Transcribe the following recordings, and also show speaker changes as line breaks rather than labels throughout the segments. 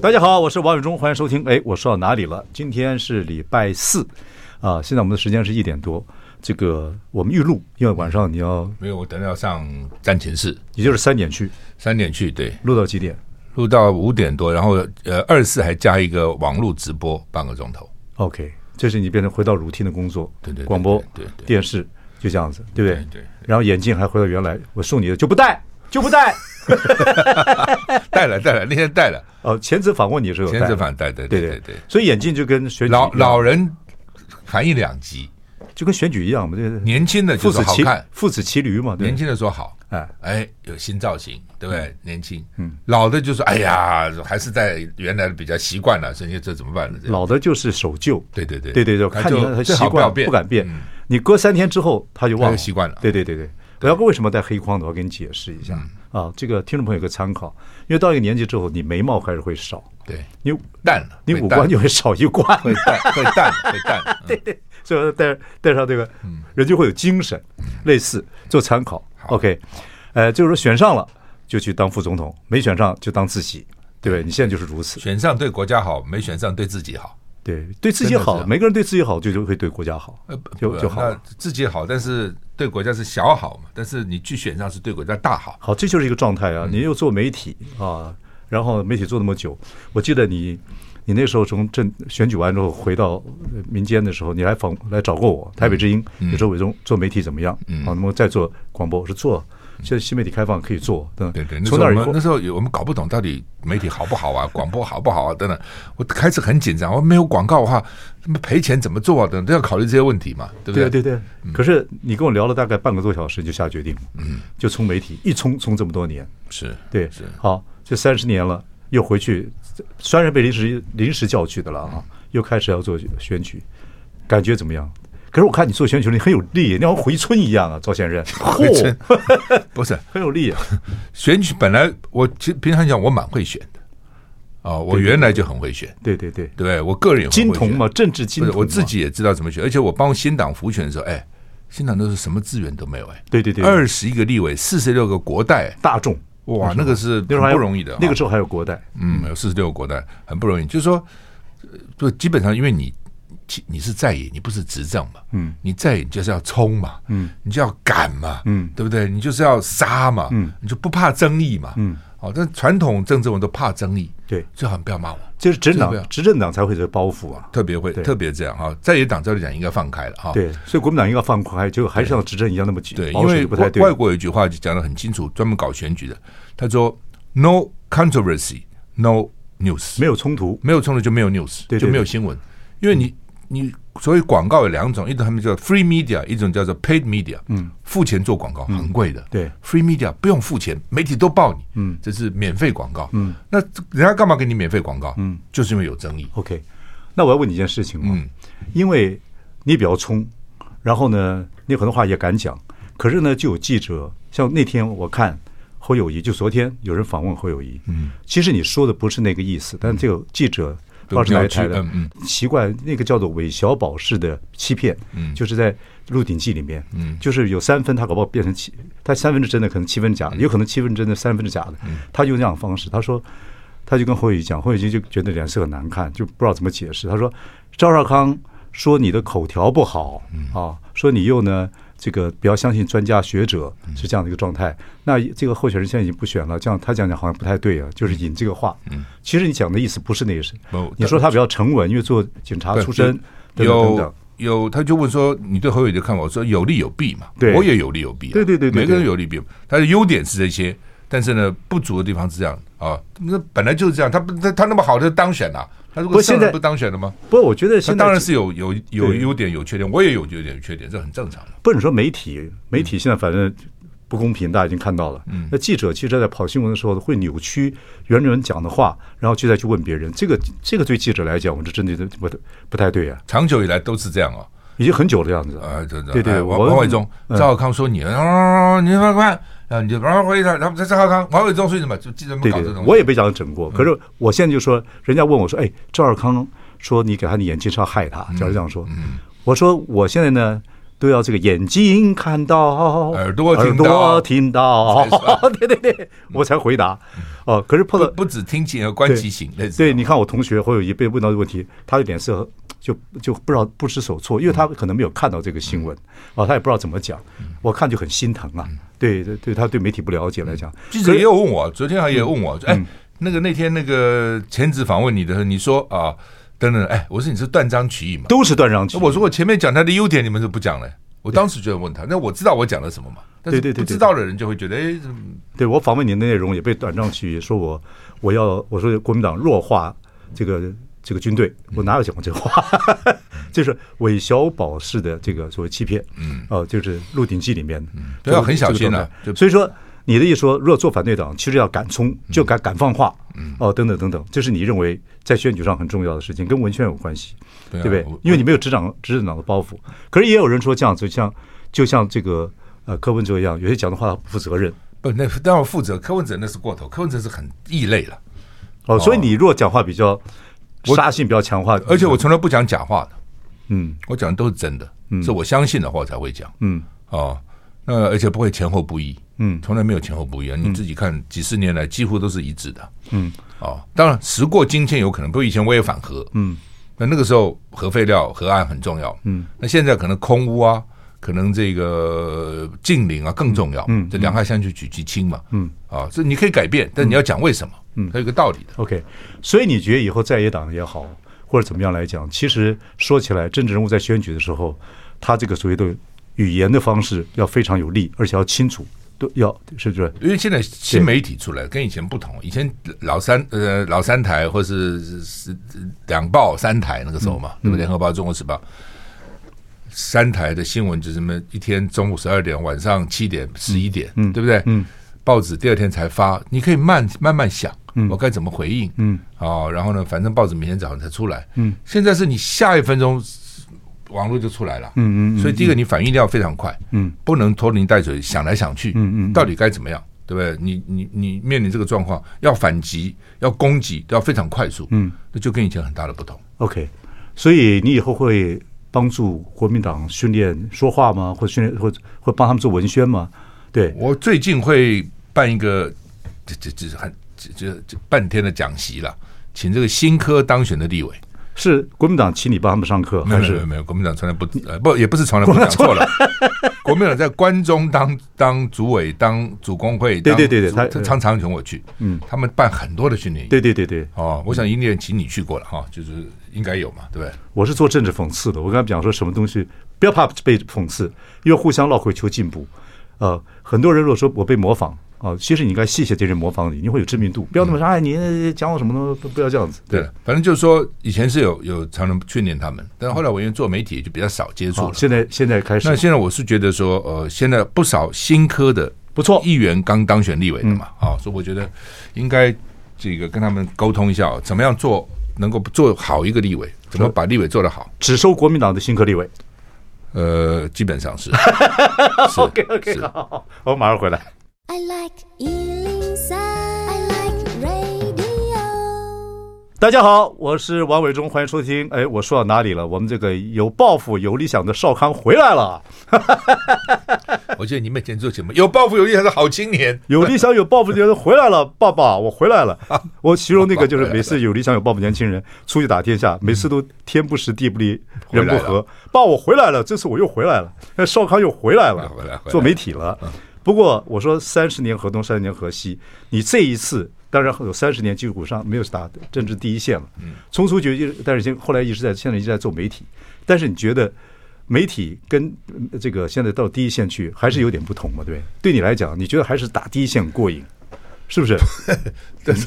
大家好，我是王永忠，欢迎收听。哎，我说到哪里了？今天是礼拜四，啊，现在我们的时间是一点多。这个我们预录，因为晚上你要，
没有，我等下要上战前室，
也就是三点去，
三点去，对，
录到几点？
录到五点多，然后呃，二四还加一个网络直播半个钟头，
OK，这是你变成回到 routine 的工作，
对对对
广播、
对对对
电视就这样子，对不对？
对对对
然后眼镜还回到原来，我送你的就不戴， 就不戴。
带了带了，那天带了，
哦，前次访问你是有戴的，
前次访带的，
对
对
对
对对，
所以眼镜就跟选举
老
一样
老人含义两级，
就跟选举一样嘛，对对对。
年轻的
父
就是
子
好
骑
看，
父子骑驴嘛，对
年。轻的说好，
哎
哎哎，有新造型，对不对？年轻，嗯，老的就说，哎呀，还是在原来的比较习惯了，所以这怎么办呢？这
老的就是守旧，
对对对
对对对，
他
看你
就
他
最
习
好不
惯
要变
敢变
嗯。
你隔三天之后他就忘
他
了，
就习惯了
对对对对，我要为什么戴黑框的，我要给你解释一下
嗯
啊，这个听众朋友有个参考，因为到一个年纪之后，你眉毛开始会少，
对，
你
淡了，
你
会
五
淡
官就会少一关，
会淡会淡会 淡，对对，
所以我戴戴上这个，
嗯
人就会有精神，类似做参考。OK，呃，就是说选上了就去当副总统，没选上就当自己，对不对？你现在就是如此，
选上对国家好，没选上对自己好。
对，对自己
真的是
好，
啊
每个人对自己好，就就会对国家好
呃，不，
就
不
就好
那
了。
自己好，但是对国家是小好嘛，但是你去选上是对国家大好。
好，这就是一个状态啊！
嗯
你又做媒体啊，然后媒体做那么久，我记得你，你那时候从政选举完之后回到呃民间的时候，你来访来找过我，台北之音，
嗯
你说伟忠做媒体怎么样？啊，那么再做广播，我说做，现在新媒体开放可以做，对
嗯对对，那时
从
候
那
我
儿以
们
后
那时候有我们搞不懂到底媒体好不好啊，广播好不好啊等等。我开始很紧张，我没有广告的话，那么赔钱怎么做啊？等等都要考虑这些问题嘛，对不
对
对？
对对。
嗯
可是你跟我聊了大概半个多小时，你就下决定，嗯，就冲媒体一冲冲这么多年，
是，
对
是，
好，这三十年了，又回去，虽然被临时临时叫去的了啊，又开始要做选举，感觉怎么样？可是我看你做选举，你很有力，你好像回村一样啊，赵先生，
回村
嚯
不是
很有力，啊
选举本来我其实平常讲我蛮会选的，哦，我原来就很会选，
对 对对，
对不对？我个人也很会
金童
选
嘛，政治金
不是
童嘛，
我自己也知道怎么选，而且我帮新党辅选的时候，哎，新党都是什么资源都没有，哎，
对对对
二十一个立委，四十六个国代，
大众，
哇，那个是
那时候还
很不容易的，啊
那个时候
候，
还有国代，
嗯，有四十六个国代，很不容易，就是说，呃就基本上因为你。其你是在野，你不是执政嘛？嗯，你在野你就是要冲嘛，嗯，你就要赶嘛，嗯，对不对？你就是要杀嘛，嗯，你就不怕争议嘛，嗯，哦，但传统政治我们都怕争议，
对
最好你不要骂我，
就是执政
这个
党执政党才会有这个包袱啊，
特别会
对
特别这样哈，在野党照理讲应该放开了哈，
对，所以国民党应该放宽，就还是像执政一样那么紧，
啊对，因
保守
为
就不太
外
对
外，国有一句话就讲得很清楚，专门搞选举的，他说 “No controversy, no news”，
没
有
有冲突，
没有冲突就没有 news，
对对对嗯
就没有新闻，因为你你所谓广告有两种，一种他们叫 free media，一种叫做 paid media，嗯，付钱做广告很贵的，
嗯对
，free media 不用付钱，媒体都报你，嗯，这是免费广告，嗯，那人家干嘛给你免费广告？嗯，就是因为有争议，
OK，那我要问你一件事情啊，
嗯
因为你比较冲，然后呢，你有很多话也敢讲，可是呢，就有记者，像那天我看侯友谊，就昨天有人访问侯友谊，嗯，其实你说的不是那个意思，但这个记者。
对
报纸哪一
扭曲
台的
嗯嗯？
奇怪，那个叫做韦小宝式的欺骗，
嗯
就是在《鹿鼎记》里面，嗯，就是有三分，他搞不好变成七，他三分是真的，可能七分假的，
嗯
有可能七分真的，三分是假的，他就用这样的方式，他说他就跟侯友谊讲，侯友谊就觉得脸色很难看，就不知道怎么解释。他说赵少康说你的口条不好
嗯
啊，说你又呢这个比较相信专家学者是
嗯
这样的一个状态。那这个候选人现在已经不选了，这样他讲讲好像不太对啊，就是引这个话。其实你讲的意思不是那个事
嗯不，
你说他比较沉稳，因为做警察
对
啊出身，等等等等
有。有，他就问说你对侯友谊的看法，我说有利有弊嘛，
对
我也有利有弊啊、
对对对对
每个人有利弊，他的优点是这些，但是呢，不足的地方是这样啊，那本来就是这样，他不他他那么好，他当选了、啊他如
不
果上
现在
来不当选了吗？
不过我觉得
他
现在
当然是有有有
对
优点有缺点，我也有优点有缺点，这很正常的。
不能说媒体，媒体现在反正不公平，大家已经看到了。嗯，那记者其实，在跑新闻的时候会扭曲原人讲的话，然后就再去问别人，这个这个对记者来讲，我这真的不不太对啊，
长久以来都是这样哦。
已经很久了这样子。
啊，真的，
对对
哎王
我嗯
王伟忠、赵浩康说你，哦，你快快，然后你就然后回答，然后赵浩康、王伟忠说什么？就记者们
对
搞
对
这
对，
嗯种，
我也被这样整过。可是我现在就说，人家问我说：“哎，赵尔康说你给他的眼睛是要害他。”
嗯
假如这样说，我说我现在呢都要这个眼睛看到，
耳朵
耳
听到
朵听到
才 是， 嗯
对对对，我才回答。哦，可是碰到
不不止听情而观其行，类似
对，你看我同学或者也被问到这个问题，他的脸色就就不知道不知所措，因为他可能没有看到这个新闻
嗯
啊，他也不知道怎么讲。我看就很心疼啊，对对对，他对媒体不了解来讲，
嗯记者也有问我，昨天好像也有问我，说
嗯
哎，那个那天那个前子访问你的时候，你说啊，等等，哎，我说你是断章取义嘛？
都是断章取义。
我说我前面讲他的优点，你们都不讲了。我当时就问他，那我知道我讲了什么嘛？但是
对对对
不
对
知道的人就会觉得，哎，嗯
对我访问你的内容也被短章取义，说我我要我说国民党弱化这个这个军队，我哪有讲过这话？ 就是韦小宝式的这个所谓欺骗，嗯，哦、就是《鹿鼎记》里面的，
嗯对要很小心
这个
啊
状态所以说。你的意思说，如果做反对党，其实要敢冲，
嗯
就敢敢放话，哦，等等等等，这是你认为在选举上很重要的事情，跟文宣有关系，
对啊
不对
我？
因为你没有执掌执政党的包袱。可是也有人说，这样就像就像这个呃柯文哲一样，有些讲的话不负责任，
不，那当然负责柯文哲那是过头，柯文哲是很异类了，
哦，所以你如果讲话比较杀性比较强化，
而且我从来不讲假话的，
嗯
我讲的都是真的，是我相信的话我才会讲。
嗯
哦，那而且不会前后不一，
嗯
从来没有前后不一啊！你自己看，几十年来几乎都是一致的。
嗯，
哦，当然时过境迁有可能，不过以前我也反核，
嗯，
那那个时候核废料、核岸很重要，
嗯，
那现在可能空污啊，可能这个近邻啊更重要，
嗯
这两害相权取其轻嘛，
嗯，
啊，这你可以改变，但你要讲为什么，嗯，它有个道理的。
，OK，所以你觉得以后在野党也好，或者怎么样来讲，其实说起来，政治人物在选举的时候，他这个所谓的语言的方式要非常有力，而且要清楚，都要是不是？
因为现在新媒体出来跟以前不同，以前老三呃老三台或是是是两报三台那个时候嘛，对不对？联合报、中国时报，三台的新闻就是什么一天中午十二点、晚上七点、十一点，对不对？嗯，报纸第二天才发，你可以慢慢慢想，我该怎么回应？嗯，哦，然后呢，反正报纸明天早上才出来。嗯，现在是你下一分钟网络就出来了。嗯嗯，所以第一个你反应量非常快，嗯，不能拖泥带水，想来想去，嗯嗯，到底该怎么样，对不对？你你你面临这个状况，要反击，要攻击，都要非常快速，嗯，那就跟以前很大的不同。
OK，所以你以后会帮助国民党训练说话吗？或者训练，或者会帮他们做文宣吗？对，
我最近会办一个，这这这很这这这半天的讲习了，请这个新科当选的立委。
是国民党请你帮他们上课，
没有
还
没有没
是
有没有，国民党从来不呃不也不是从来不讲错了，国民党在关中当当主委、当主工会，
对
当
对对对
主
他
他常常请我去，嗯，他们办很多的训练营，
对对对对，
哦，我想一年请你去过了哈，就是应该有嘛，对不对？
我是做政治讽刺的，我跟他们讲说什么东西不要怕被讽刺，因为互相绕回求进步。呃，很多人如果说我被模仿啊、其实你应该谢谢这些人模仿你，你会有知名度，不要那
嗯
么说、哎，你呃讲我什么呢？不不要这样子。
对了，反正就是说以前是有有常常训练他们，但后来我因为做媒体也就比较少接触
好，
了。
现在现在开始
那现在我是觉得说，呃，现在不少新科的
不错嗯
议员刚当选立委的嘛，啊、所以我觉得应该这个跟他们沟通一下，哦怎么样做能够做好一个立委，怎么把立委做得好。
只收国民党的新科立委。
呃，基本上 是是
OK OK，
是
好好，好我马上回来。
I like Ealing Sound. I like radio.
大家好，我是王伟忠，欢迎收听。哎，我说到哪里了？我们这个有抱负、有理想的少康回来了，
我觉得你每天做节目有抱负有力还是好青年。
有理想、有抱负的人回来了。爸爸，我回来了。我形容那个就是每次有理想、有抱负的年轻人出去打天下，每次都天不时地不利，人不
嗯回来
和。爸，我回来了，这次我又回来了。那少康又回来了
啊回来回来，嗯
做媒体了。不过我说三十年河东，三十年河西，你这一次。当然有三十年基础上没有打政治第一线了，
嗯
冲出绝境，但是现后来一直在现在一直在做媒体，但是你觉得媒体跟呃这个现在到第一线去还是有点不同嘛？对不对，对你来讲，你觉得还是打第一线过瘾，是不是？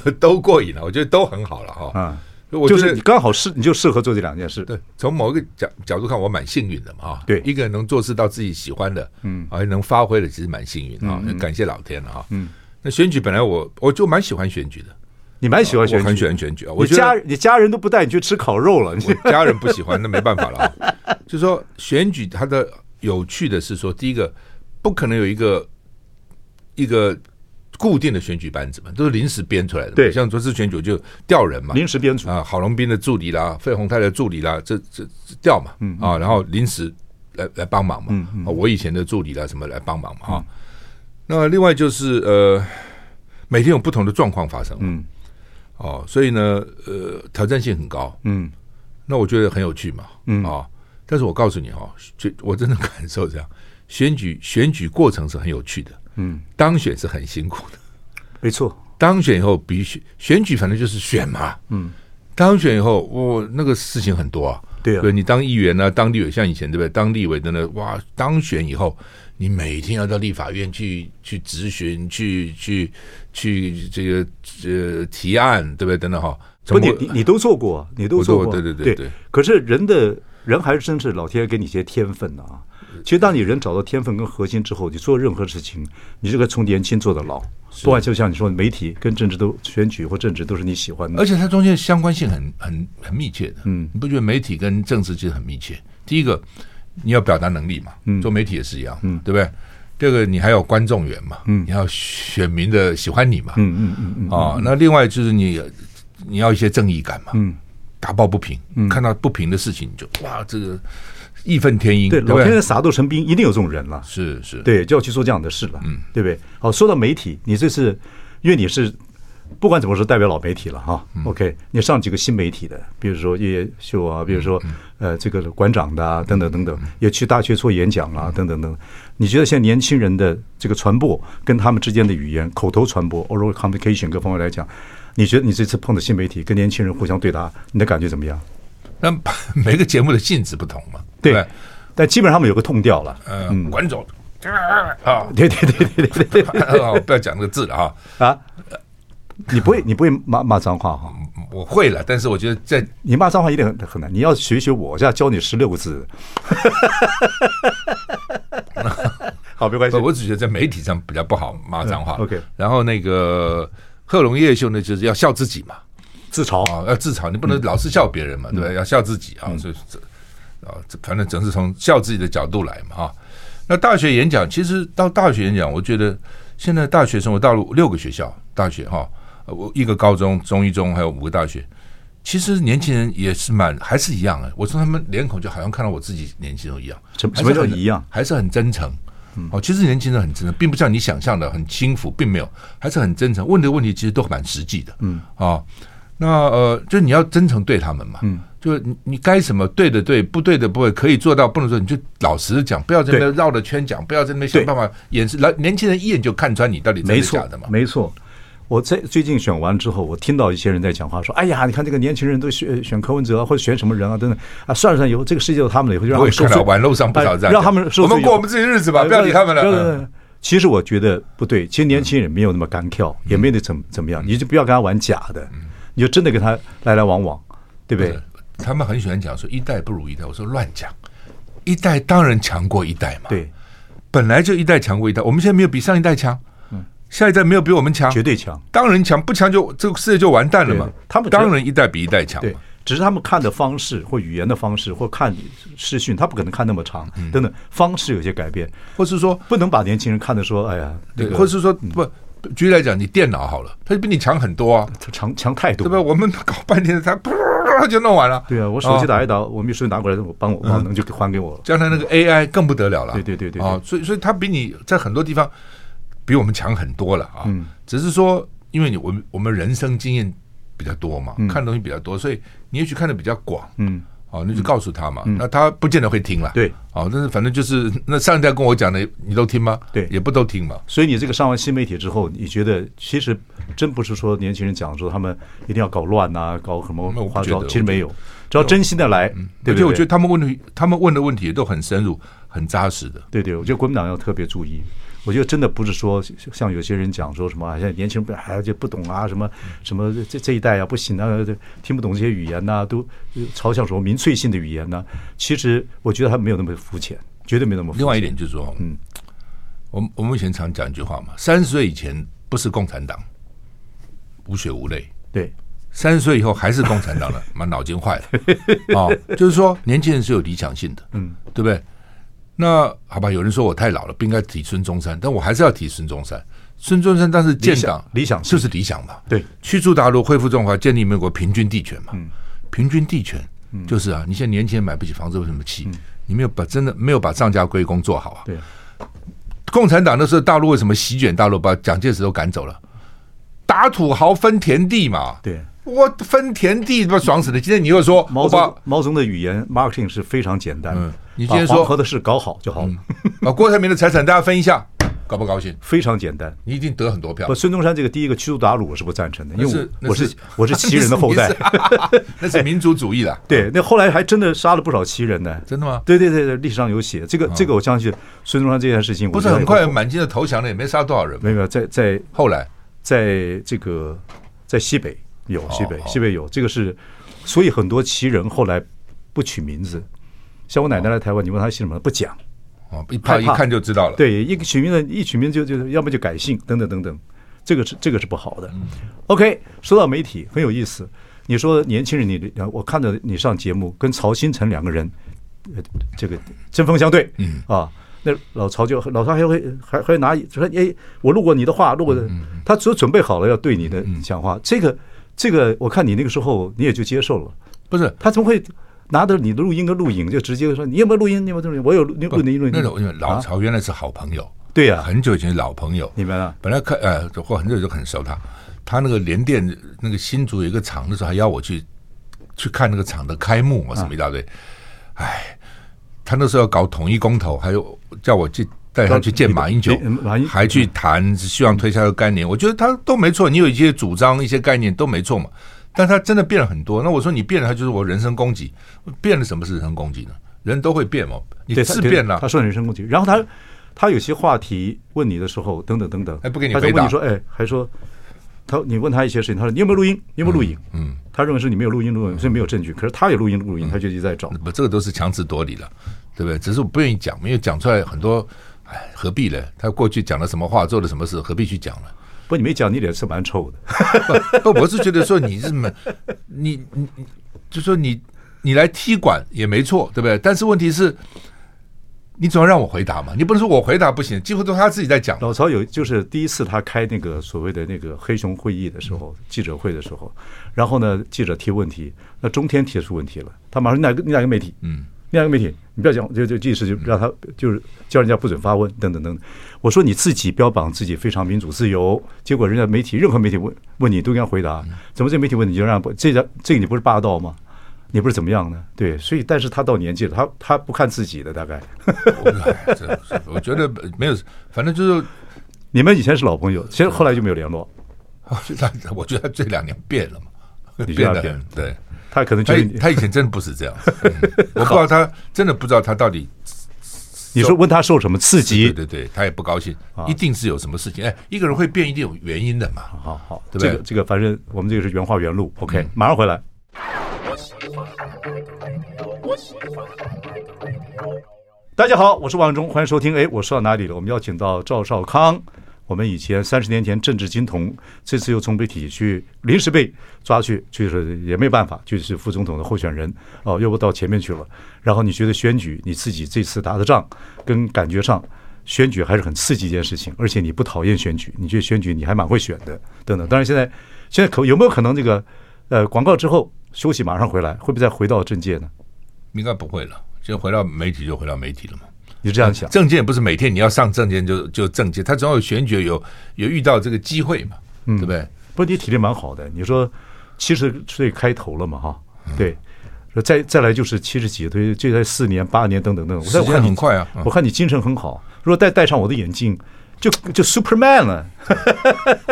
都都过瘾了，我觉得都很好了哈、
啊
我觉
就
得
是你刚好适，你就适合做这两件事。
对，从某一个角角度看，我蛮幸运的嘛哈。
对
一个人能做事到自己喜欢的，嗯，还能发挥的，其实蛮幸
嗯
运的啊，感谢老天了哈。嗯，那选举本来我我就蛮喜欢选举的，
你蛮喜欢选
我很喜
举，
欢选举啊。我
你
觉
家
得
你家人都不带你去吃烤肉了，你
我家人不喜欢，那没办法了啊。 就说选举它的有趣的是说，第一个不可能有一个一个固定的选举班子嘛，都是临时编出来的嘛。
对
像这次选举就调人嘛，
临时编组。
啊，郝龙斌的助理啦，费鸿泰的助理啦，这这这调嘛，啊，然后临时来来帮忙嘛，啊，我以前的助理啦什么来帮忙嘛，哈、那另外就是呃，每天有不同的状况发生，
嗯，
哦，所以呢，呃，挑战性很高，
嗯，
那我觉得很有趣嘛，嗯啊、但是我告诉你哈、选我真的感受这样，选举选举过程是很有趣的，嗯，当选是很辛苦的。
没错，
当选以后比选选举，反正就是选嘛，嗯，当选以后，哇，那个事情很多啊，
对啊
对你当议员呢、当立委，像以前对不对？当立委的呢，哇，当选以后，你每天要到立法院去去质询，去去去这个呃提案，对不对？等等哈，
不，
怎
你
么
你你都做过，你都
我做
做
过
过，
对对对对
可是人的人还是真是老天爷给你一些天分的啊。其实，当你人找到天分跟核心之后，你做任何事情，你这个从年轻做到老，不管就像你说的媒体跟政治都选举或政治都是你喜欢的
而。且它中间相关性很很很密切的，嗯，你不觉得媒体跟政治其实很密切？第一个，你要表达能力嘛，嗯，做媒体也是一样，嗯，对不对？第二个，你还有观众缘嘛，嗯，你要选民的喜欢你嘛，嗯嗯嗯嗯，啊，那另外就是你你要一些正义感嘛，嗯，打抱不平，看到不平的事情你就哇，这个义愤填膺，
对，
对不
老天
对
爷？撒豆成兵，一定有这种人了。
是是，，
对，就要去做这样的事了，嗯，对不对？好，说到媒体，你这次因为你是不管怎么说代表老媒体了哈、o k 你上几个新媒体的，比如说叶秀啊，比如说、呃这个馆长的啊，等等等等，也去大学做演讲啊，等等等等。你觉得现在年轻人的这个传播跟他们之间的语言、口头传播 （oral communication） 各方面来讲，你觉得你这次碰的新媒体跟年轻人互相对答，你的感觉怎么样？
那 每个节目的性质不同嘛，
对，
不对？
但基本上他们有个痛调了。
嗯，管总啊，
对对对对对对对
啊不要讲这个字了啊。
啊！你不会，你不会骂骂脏话哈？
嗯我会了，但是我觉得在
你骂脏话一定很很难。你要学一学我，我现在教你十六个字。 好，没关系
不，。我只觉得在媒体上比较不好骂脏话。
嗯，OK
然后那个贺龙夜秀呢，就是要笑自己嘛，
自嘲
啊，要自嘲，你不能老是笑别人嘛，对吧？要笑自己啊，所以这啊，这反正总是从笑自己的角度来嘛，哈。那大学演讲，其实到大学演讲，我觉得现在大学生活到了六个学校，大学哈，呃我一个高中、中一中，还有五个大学。其实年轻人也是蛮，还是一样哎、我从他们脸孔就好像看到我自己年轻人一样，
什么
还是
什么叫
很
一样嗯
还是很真诚。哦，其实年轻人很真诚，并不像你想象的很轻浮，并没有，还是很真诚。问的问题其实都蛮实际的。嗯，啊，那呃，就你要真诚对他们嘛。嗯，就是你你该什么对的对，不对的不会，可以做到不能做，你就老实地讲，不要在那边绕着圈讲，不要在那边想
对
办法掩饰。来，年轻人一眼就看穿你到底真
没
的
错
假的嘛，。
没错。我在最近选完之后，我听到一些人在讲话，说：“哎呀，你看这个年轻人都选选柯文哲啊，或者选什么人啊，等等啊，算了算了，以后这个世界有他们了，以后就让他
我也
们受
看到
罪。
网络上不少这样讲，
哎让他们受
我们
罪
过我们自己日子
呃
吧，不要理他们
对对对
了。嗯
对其实我觉得不对，其实年轻人没有那么干跳，
嗯
也没有那怎么怎么样，你就不要跟他玩假的，你就真的跟他来来往往，对不对？
他们很喜欢讲说一代不如一代，我说乱讲，一代当然强过一代嘛。
对，
本来就一代强过一代，我们现在没有比上一代强，下一代没有比我们强，
嗯绝对强。
当然强，不强就这个世界就完蛋了嘛
对。他们觉得
当然一代比一代强
对
嘛。，
只是他们看的方式或语言的方式或看视讯，他不可能看那么长，
嗯
等等方式有些改变，
或是说，
不能把年轻人看的说，哎呀，那
对，
个
或是说不，举例来讲，你电脑好了，它就比你强很多啊，
强强态度，
对吧？我们搞半天，它噗就弄完了。
对啊，我手机
哦嗯
打一打，我秘书拿过来，我帮我帮我能就给还给我了。
将来那个 AI 更不得了了。
对对对对对
啊，所以所以它比你在很多地方比我们强很多了啊。
嗯
只是说，因为你我们我们人生经验比较多
嗯
嘛，看的东西比较多，所以你也许看的比较广。嗯。哦，那就告诉他嘛，那他不见得会听了。
嗯对
哦，但是反正就是那上一代跟我讲的，你都听吗？
对
也不都听嘛。
所以你这个上完新媒体之后，你觉得其实真不是说年轻人讲说他们一定要搞乱呐、搞什么
没有我不
花
觉得
招，
我
其实
觉得嗯
没有，只要真心的来，对不
而且
对？
我觉得他们问的，他们问的问题也都很深入、很扎实的。
对对，我觉得国民党要特别注意。我觉得真的不是说像有些人讲说什么，啊现在年轻人哎就不懂啊，什么什么这这一代啊不行啊，这听不懂这些语言呐、都呃朝向什么民粹性的语言呢、其实我觉得他没有那么肤浅，绝对没有那么肤浅。
另外一点就是说，嗯，我们我们以前常讲一句话嘛，三十岁以前不是共产党，无血无泪；
对，
三十岁以后还是共产 党了，妈脑筋坏了哦！就是说，年轻人是有理想性的，嗯，对不对？那好吧，有人说我太老了，不应该提孙中山，但我还是要提孙中山。孙中山当时建党
理想理想性
就是理想嘛，
对，
驱逐鞑虏，恢复中华，建立美国平均地权嘛，
嗯
平均地权就是啊，你现在年轻人买不起房子，为什么
嗯
气？你没有把真的没有把上家归公做好啊，
对，
共产党那时候大陆为什么席卷大陆，把蒋介石都赶走了？打土豪分田地嘛。
对，
我分田地他妈爽死了。今天你又说
毛
我把
泽毛泽东的语言 marketing 是非常简单的，
嗯你今天
把
说嗯
黄河的事搞好就好了，
把郭台铭的财产大家分一下，高不高兴？
非常简单。
你一定得很多票
不，。孙中山这个第一个驱逐鞑虏，我是不赞成的，因
那
为我
那
我是我是旗人的后代
你。是啊那是民族 主义的。
对，那后来还真的杀了不少旗人呢。
真的吗
对对对对，历史上有写这个，这个我相信孙中山这件事情， 我
不是
觉得
很快
有
满清的投降了，也没杀多少人嘛。
没有没有，在在
后来
在这个在西北有西北
哦
西北有这个是，所以很多旗人后来不取名字，像我奶奶来台湾，你问她姓什么，不讲。
哦，一怕
害
一
怕
看就知道了。，
对，一个取名的，一取名就就要么就改姓，等等等等，这个是这个是不好的。OK，说到媒体很有意思，你说年轻人你，你我看到你上节目跟曹新成两个人，呃，这个针锋相对，嗯啊，那老曹就老曹还会还还拿说哎，我录过你的话，录过
嗯
的，他所准备好了要对你的讲话，这个这个我看你那个时候你也就接受了，
不是
他怎么会？拿着你的录音跟录影，就直接说你有没有录音？你有没有录音？我有录录音录音。
那种因为老
啊
曹原来是好朋友，
对呀、
很久以前的老朋友，
明白了
本来看呃，或很久就很熟他。他那个联电那个新竹有一个厂的时候，还邀我去去看那个厂的开幕啊，什么一大堆。哎，他那时候要搞统一公投，还有叫我去带他去见马英九
你你马英，
还去谈希望推销的概念。我觉得他都没错，你有一些主张、一些概念都没错嘛。但他真的变了很多。那我说你变了，他就是我人身攻击。变了什么是人身攻击呢？人都会变嘛，你
对，
自
他对
变了
他。说人身攻击，然后他他有些话题问你的时候，等等等等，
哎不给你
他就
回答
问你说，哎，还说他你问他一些事情，他说你有没有录音？你有没有录影？嗯，他认为是你没有录音录影，所以没有证据。可是他有录音录影，
嗯
他就一直在找。
不，这个都是强词夺理了，对不对？只是我不愿意讲，因为讲出来很多，哎，何必呢？他过去讲了什么话，做了什么事，何必去讲呢？
不，你没讲，你脸色蛮臭的。
不，不我是觉得说你是没，你你你，就说你你来踢馆也没错，对不对？但是问题是，你总要让我回答嘛，你不能说我回答不行，几乎都是他自己在讲。
老曹有就是第一次他开那个所谓的那个黑熊会议的时候，记者会的时候，然后呢，记者提问题，那中天提出问题了，他马上你哪个你哪个媒体？嗯，你哪个媒体？你不要讲，就就意思就让他就是叫人家不准发问，等等等等。我说你自己标榜自己非常民主自由，结果人家媒体任何媒体问问你都应该回答，怎么这媒体问你就让不这家这个你不是霸道吗？你不是怎么样呢？对，所以但是他到年纪了，他他不看自己的大概。
哎这这我觉得没有，反正就是
你们以前是老朋友，其实后来就没有联络。
他， 我觉得他这两年变了嘛，
你觉得
变
他
得
变
很对。
他可能觉
他
得
以
你
他以前真的不是这样， 嗯我不知道他真的不知道他到底
你说问他受什么刺激？
对对对，他也不高兴，
啊
一定是有什么事情。哎，一个人会变，一定有原因的嘛。
好好，
对不对嗯
这个这个，反正我们这个是原话原录。OK，、马上回来。大家好，我是王忠，欢迎收听。哎，我说到哪里了？我们邀请到赵少康，我们以前三十年前政治金童，这次又从媒体去临时被抓去，就是也没办法，就是副总统的候选人哦，又到前面去了。然后你觉得选举你自己这次打的仗，跟感觉上选举还是很刺激一件事情，而且你不讨厌选举，你觉得选举你还蛮会选的，等等。当然现在现在可有没有可能这个呃广告之后休息马上回来，会不会再回到政界呢？
应该不会了，就回到媒体就回到媒体了嘛。
你是这样想？
证件不是每天你要上证件就就证件，他总要有选举有有遇到这个机会嘛，
嗯
对不对？
不过你体力蛮好的，你说七十岁开头了嘛哈？
嗯
对，说再再来就是七十几岁，这才四年八年等等等等。我
时
再
间
看你
很快啊嗯
我看你精神很好。如果再戴上我的眼镜，就就 Superman 了。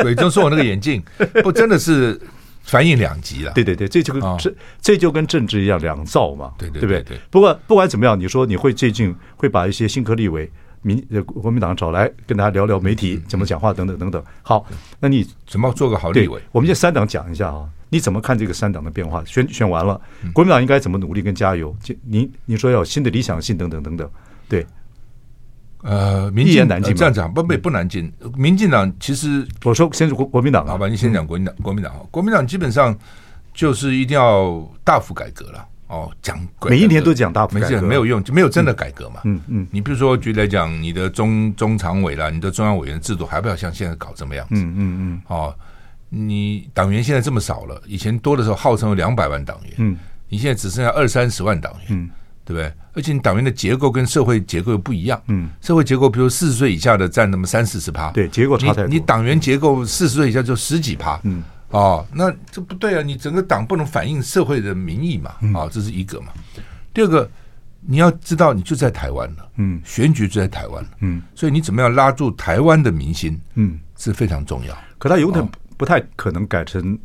伟忠说我那个 眼镜不真的是反应两极了。
对对对，这就跟
哦
这这就跟政治一样两造嘛，
对对
不
对对
不过不管怎么样，你说你会最近会把一些新科立委民呃国民党找来跟大家聊聊媒体
嗯
怎么讲话等等等等。好，那你
怎么做个好立
对
委？，
我们这三党讲一下啊，你怎么看这个三党的变化？选选完了，国民党应该怎么努力跟加油？这您您说要有新的理想性等等等等，对，
呃，民
一言
进
难尽
呃
嘛
这样讲不不不难进。民进党其实
我说先是国国民党
好
啊，
吧，你先讲国民党，国民党哈，国民党基本上就是一定要大幅改革了。哦，讲改革
每一年都讲大幅
没
改
事
革，
没有用，就没有真的改革嘛。
嗯嗯
你比如说，举例来讲，你的中中常委啦，你的中央委员制度，还不要像现在搞这么样子。
嗯嗯
哦，你党员现在这么少了，以前多的时候号称有两百万党员，
嗯
你现在只剩下二三十万党员，
嗯
对不对？而且你党员的结构跟社会结构又不一样，
嗯，
社会结构比如四十岁以下的占那么三四十趴，
对结构差太多
你你党员结构四十岁以下就十几趴，
嗯，
哦，那这不对啊！你整个党不能反映社会的民意嘛，
嗯
啊、这是一个嘛。第二个，你要知道，你就在台湾了，
嗯
选举就在台湾了，
嗯
所以你怎么样拉住台湾的民心
嗯，
是非常重要。
可他有点不太可能改成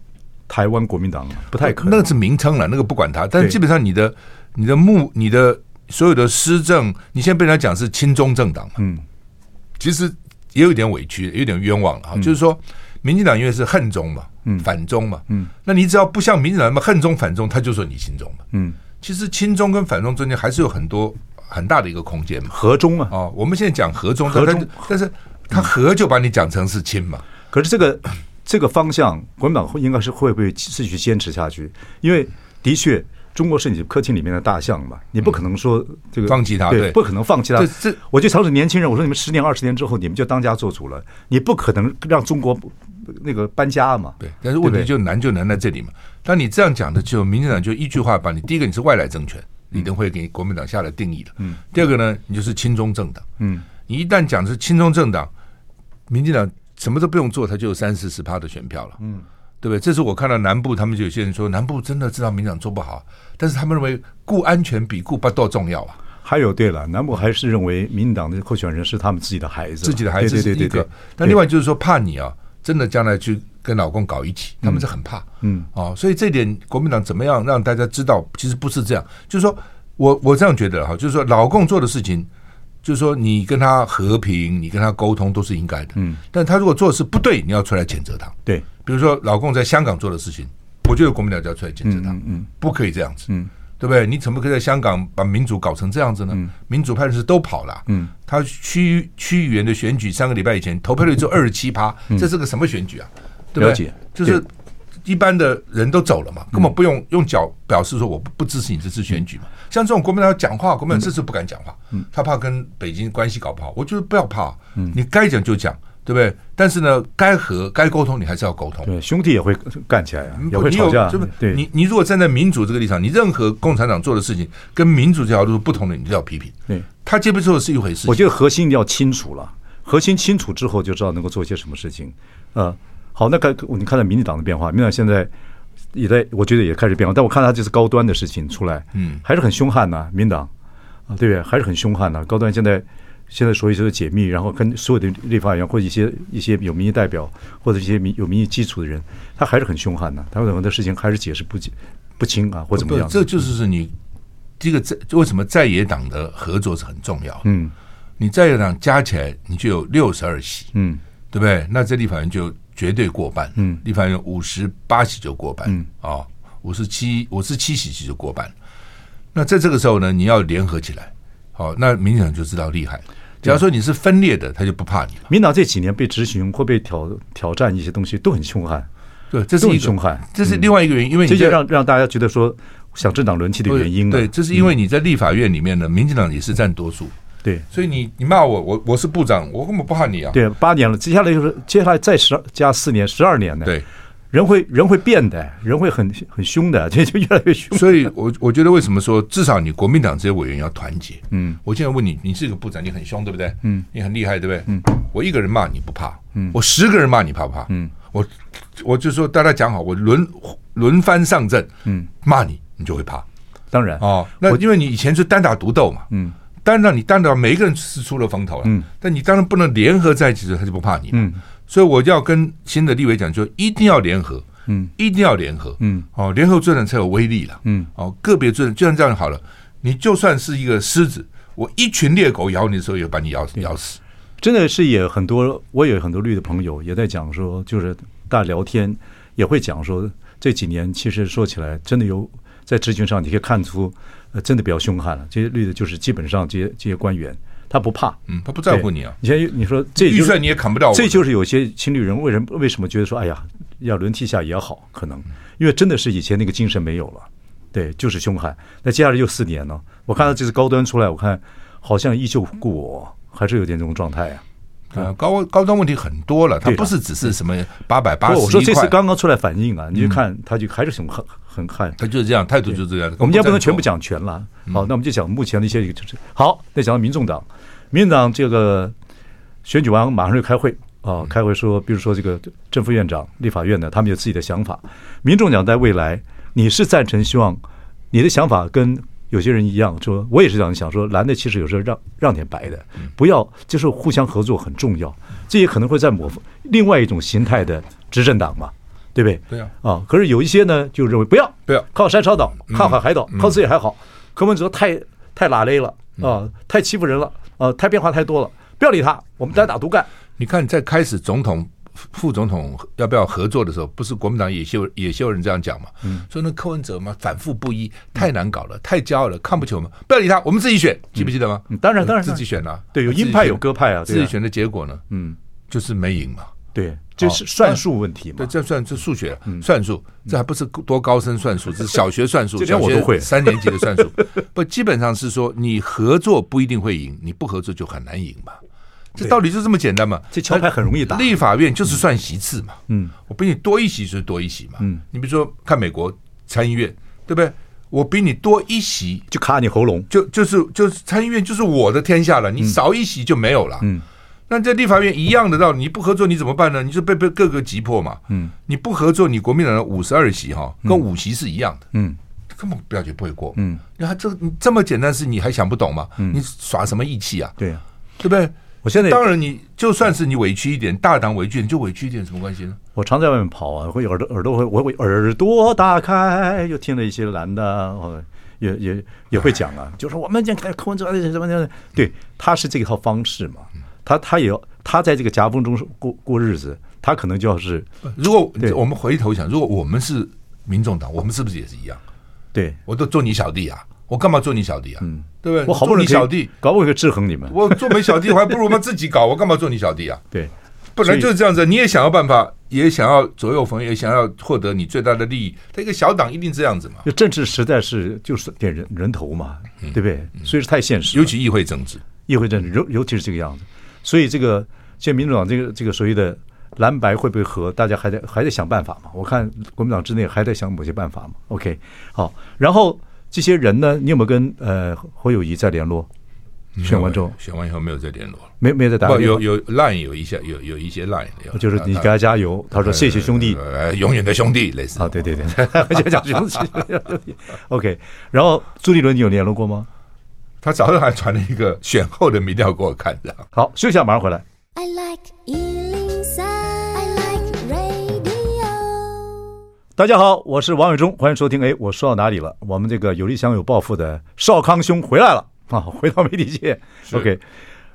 台湾国民党了，不太可
那
能
个。是名称了，那个不管它。但
对
基本上你的、你的目、你的所有的施政，你现在被人家讲是亲中政党嘛，
嗯，
其实也有点委屈，也有点冤枉了哈。就是说，民进党因为是恨中嘛，
嗯
反中嘛，
嗯，
那你只要不像民进党那么恨中反中，他就说你亲中嘛。
嗯，
其实亲中跟反中中间还是有很多很大的一个空间嘛。
和中啊，
哦，我们现在讲和中，
和中
但是但是他和就把你讲成是亲嘛。
可是这个 这个方向，国民党会应该是会不会继续坚持下去？因为的确，中国是你客厅里面的大象嘛，你不可能说这个
嗯放弃它对
对，不可能放弃它。
这这
我就尝试年轻人，我说你们十年、二十年之后，你们就当家做主了，你不可能让中国那个搬家嘛。
对，但是问
对
题
不对
就难就难在这里嘛。当你这样讲的时候，民进党就一句话把你第一个你是外来政权，李登辉给国民党下了定义了。嗯，第二个呢，你就是亲中政党。
嗯，
你一旦讲是亲中政党，民进党什么都不用做，他就有三四十趴的选票了。嗯，对不对？这是我看到南部，他们就有些人说，南部真的知道民进党做不好，但是他们认为顾安全比顾巴道重要啊。
还有，对了，南部还是认为民进党的候选人是他们自己的孩子，
自己的孩子
对
是
对
一
对对
个
对。。
那另外就是说，怕你啊，真的将来去跟老公搞一起，他们是很怕。
嗯，
哦，所以这点国民党怎么样让大家知道，其实不是这样。就是说我我这样觉得哈，就是说老共做的事情，就是说你跟他和平，你跟他沟通都是应该的。嗯，但他如果做的是不对，你要出来谴责他。
对，
比如说老共在香港做的事情，我觉得国民党就要出来谴责
嗯
他，不可以这样子，对不对？你怎么可以在香港把民主搞成这样子呢？民主派人士都跑了，
嗯
他区域区议员的选举三个礼拜以前投票率只有二十七趴，这是个什么选举啊？对不
嗯了
对
解？
就是
对。嗯
一般的人都走了嘛，根本不用用脚表示说我不不支持你这次选举嘛。
嗯
像这种国民党讲话，国民党这次不敢讲话，他怕跟北京关系搞不好。我觉得不要怕，
嗯
你该讲就讲，对不对？但是呢，该和该沟通，你还是要沟通。
对，兄弟也会干起来啊，也
不
会
嗯你
吵
有
架
就是。
对，
你你如果站在民主这个立场，你任何共产党做的事情跟民主这条路不同的，你就要批评。
对，
他接不接受是一回事
我。觉得核心要清楚了，核心清楚之后就知道能够做些什么事情。呃，好，那看你看到民进党的变化，民进党现在也在，我觉得也开始变化，但我看他这次高端的事情出来，
嗯
还是很凶悍呐、民进党啊，对不对？还是很凶悍呐、高端现在。现在所以就是解密，然后跟所有的立法委员或者一些一些有民意代表或者一些民有民意基础的人，他还是很凶悍呐、他们很多事情还是解释不解不清啊，或怎么
不
样？
这就是是你这个在为什么在野党的合作是很重要。
嗯
你在野党加起来，你就有六十二席，
嗯
对不对？那这立法院就绝对过半。
嗯
立法院五十八席就过半。
嗯
啊，五十七五十七席就过半。那在这个时候呢，你要联合起来，好、那民进党就知道厉害。假如说你是分裂的，他就不怕你了。
民党这几年被执行或被挑挑战一些东西都很凶悍，
对，这是
都
一
很
个
凶悍，
这是另外一个原因，因为
这
你
就
在
让让大家觉得说想政党轮替的原因啊
对，这是因为你在立法院里面呢，民进党也是占多数，
对
所以你你骂我，我我是部长，我根本不怕你啊。
对八年了，接下来就是接下来再十加四年，十二年呢，
对，
人会人会变的，人会很很凶的， 这就越来越凶。
所以我我觉得为什么说至少你国民党这些委员要团结？嗯，我现在问你，你是一个部长，你很凶对不对？嗯，你很厉害对不对？嗯，我一个人骂你不怕，嗯，我十个人骂你怕不怕？嗯，我我就说大家讲好，我轮轮番上阵，嗯，骂你你就会怕
当然，
哦。那因为你以前是单打独斗嘛，
嗯，
当然你单打每一个人是出了风头了，
嗯，
但你当然不能联合在一起的时候，他就不怕你，
嗯，
所以我要跟新的立委讲，就一定要联合，
嗯，
一定要联合，
嗯，
哦，联合作战才有威力了，
嗯，
哦，个别作战就像这样好了，你就算是一个狮子，我一群猎狗咬你的时候，也把你咬咬死。
真的是也很多，我有很多绿的朋友也在讲说，就是大家聊天也会讲说，这几年其实说起来，真的有在职权上你可以看出，呃，真的比较凶悍了。这些绿的就是基本上这些这些官员，他不怕，
嗯，他不在乎你啊。
你看，你说这就是
预算你也砍不到我
这就是有些青旅人为什么为什么觉得说，哎呀，要轮替一下也好，可能因为真的是以前那个精神没有了，对，就是凶悍。那接下来又四年呢，我看到这次高端出来，我看好像依旧故我，还是有点这种状态啊。
呃，高高端问题很多了，它
对的啊
不是只是什么八百八
不
十
过我说
一
这次
块，嗯
刚刚出来反应啊，你就看他就还是很很很悍。
它就是这样，态度就是这样。
我们今天不能全部
战
讲全了，好，那我们就讲目前的一些就是好。那讲到民众党，民进党这个选举完马上就开会啊，开会说，比如说这个正副院长、立法院呢，他们有自己的想法。民众党在未来，你是赞成希望你的想法跟有些人一样，说我也是这样想，说蓝的其实有时候让让点白的，不要就是互相合作很重要，这也可能会在某另外一种形态的执政党嘛，对不对？
对啊
啊，可是有一些呢就认为不要
不要嗯
靠山烧岛，靠海海岛，靠自己还好。柯文哲太太拉勒了
嗯
啊，太欺负人了啊，太变化太多了，不要理他，我们单打独干。
争。你看，在开始总统、副总统要不要合作的时候，不是国民党野秀野秀人这样讲嘛？
嗯
说那柯文哲嘛，反复不一，太难搞了，太骄傲了，看不起我们，不要理他，我们自己选，记不记得吗？
嗯当然当然
自己选了。
对有
自己
鹰派
选
有鸽派啊对啊
自己选的结果呢？
嗯，
就是没赢嘛。
对，就是算术问题嘛
哦对，。这算是数学啊
嗯
算术，这还不是多高深算术，这是小学算 术，
这连
小
我
学
都会
三年级的算术。不，基本上是说你合作不一定会赢，你不合作就很难赢嘛。这道理就这么简单嘛。
这桥牌很容易打
立法院就是算席次嘛。
嗯，
我比你多一席就是多一席嘛。
嗯，
你比如说看美国参议院，对不对？我比你多一席，
就卡你喉咙，
就就是就是参议院就是我的天下了，你少一席就没有了。
嗯，
那在立法院一样的道理，你不合作你怎么办呢？你就被被各个击破嘛。
嗯，
你不合作，你国民党的五十二席哈，跟五席是一样的，
嗯，
根本表决不会过。
嗯，
那他这你这么简单的事你还想不懂吗？你耍什么义气啊？
对啊。
对不对？
我现在
当然，你就算是你委屈一点，大党委屈，你就委屈一点，有什么关系呢？
我常在外面跑啊，会耳朵耳朵会我会耳朵打开，又听了一些蓝的啊，哦也也也会讲啊，就是我们讲柯文哲什么的，对，他是这一套方式嘛，他他也要他在这个夹缝中过过日子，他可能就要是
如果
对
我们回头想，如果我们是民众党，我们是不是也是一样？
对
啊我都做你小弟啊，我干嘛做你小弟啊？对不对？
嗯我好不
做
容
你
易可
小
以
弟，
搞不好可以制衡你们，
我做没小弟，我还不如我们自己搞，我干嘛做你小弟啊？
对，
本来就是这样子，你也想要办法，也想要左右逢源，也想要获得你最大的利益。他一个小党一定这样子嘛，
就政治实在是就是点人人头嘛，
嗯
对不对？所以是太现实了，
尤其议会政治。
议会政治，尤尤其是这个样子。所以这个现在民主党这个这个所谓的蓝白会不会合，大家还在还在想办法嘛？我看国民党之内还在想某些办法嘛。OK，好，然后这些人呢，你有没有跟呃侯友谊在联络？选完之后
选完以后没有再联络了。
没没有再打
不，
个电
有
话？
有 line 有一些有有一些 line，有啊
就是你给他加油，他说谢谢兄弟
呃呃永远的兄弟类似
啊，对对对， 就讲兄弟。OK，然后朱立伦你有联络过吗？
他早上还传了一个选后的民调给我看的。
好，休息一下，马上回来。
I like Ealing Sound. I like radio.
大家好，我是王伟忠，欢迎收听。哎，我说到哪里了？我们这个有理想、有抱负的少康兄回来了啊，回到媒体界。
是
OK，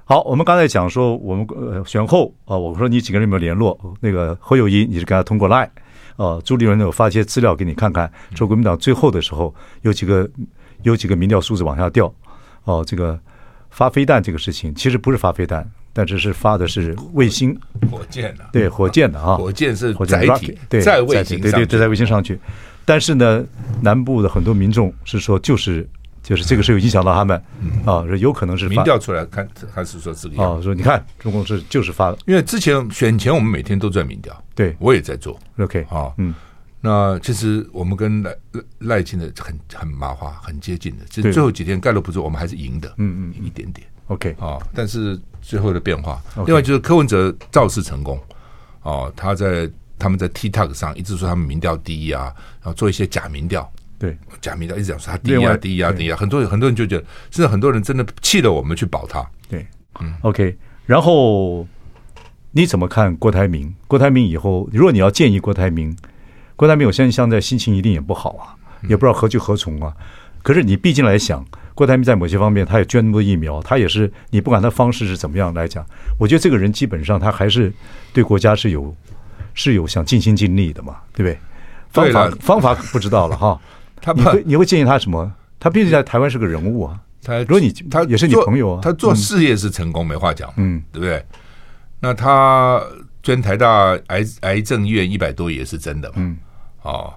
好，我们刚才讲说我们呃选后啊，我说你几个人有没有联络？那个侯友谊，你是跟他通过 Line，呃，朱立伦呢有发一些资料给你看看，说国民党最后的时候有几个有几个民调数字往下掉，哦、这个发飞弹这个事情其实不是发飞弹，但是是发的是卫星，
火箭啊，
对火箭的啊，
火箭是
火箭
载
rocket，
体，
对，
在
载
卫
体
星
对
上
对
去
对，在卫星上去。但是呢，南部的很多民众是说，就是就是这个是有影响到他们啊，说有可能是发
嗯民调出来看，还是说这个样
啊，
子。
说你看中共是就是发
因为之前选前我们每天都在民调，
对
我也在做
OK
啊。
嗯，
那其实我们跟赖赖赖清德很很麻花，很接近的。其
对
实最后几天盖洛普说我们还是赢的，嗯嗯，赢一点点
OK
啊。但是最后的变化
OK，
另外就是柯文哲造势成功哦，他在他们在 TikTok 上一直说他们民调第一啊，然后做一些假民调，
对
假民调一直讲说他第一
另外
啊，第一啊，
对
第一啊，很多很多人就觉得，甚至很多人真的气得我们去保他。
对
嗯
OK，然后你怎么看郭台铭？郭台铭以后，如果你要建议郭台铭，郭
嗯
台铭我相信现在心情一定也不好啊，也不知道何去何从啊。可是你毕竟来想，郭台铭在某些方面他也捐助疫苗，他也是你不管他方式是怎么样来讲，我觉得这个人基本上他还是对国家是有是有想尽心尽力的嘛，对不对？方
对
法
了
方法不知道了哈，
他
你
怕
会你会建议他什么？他毕竟在台湾是个人物啊，
他
如果你
他
也是你
做
朋友啊
他做事业是成功，没话讲，
嗯，
对不对？那他捐台大癌癌症医院一百多亿也是真的嘛，嗯，哦，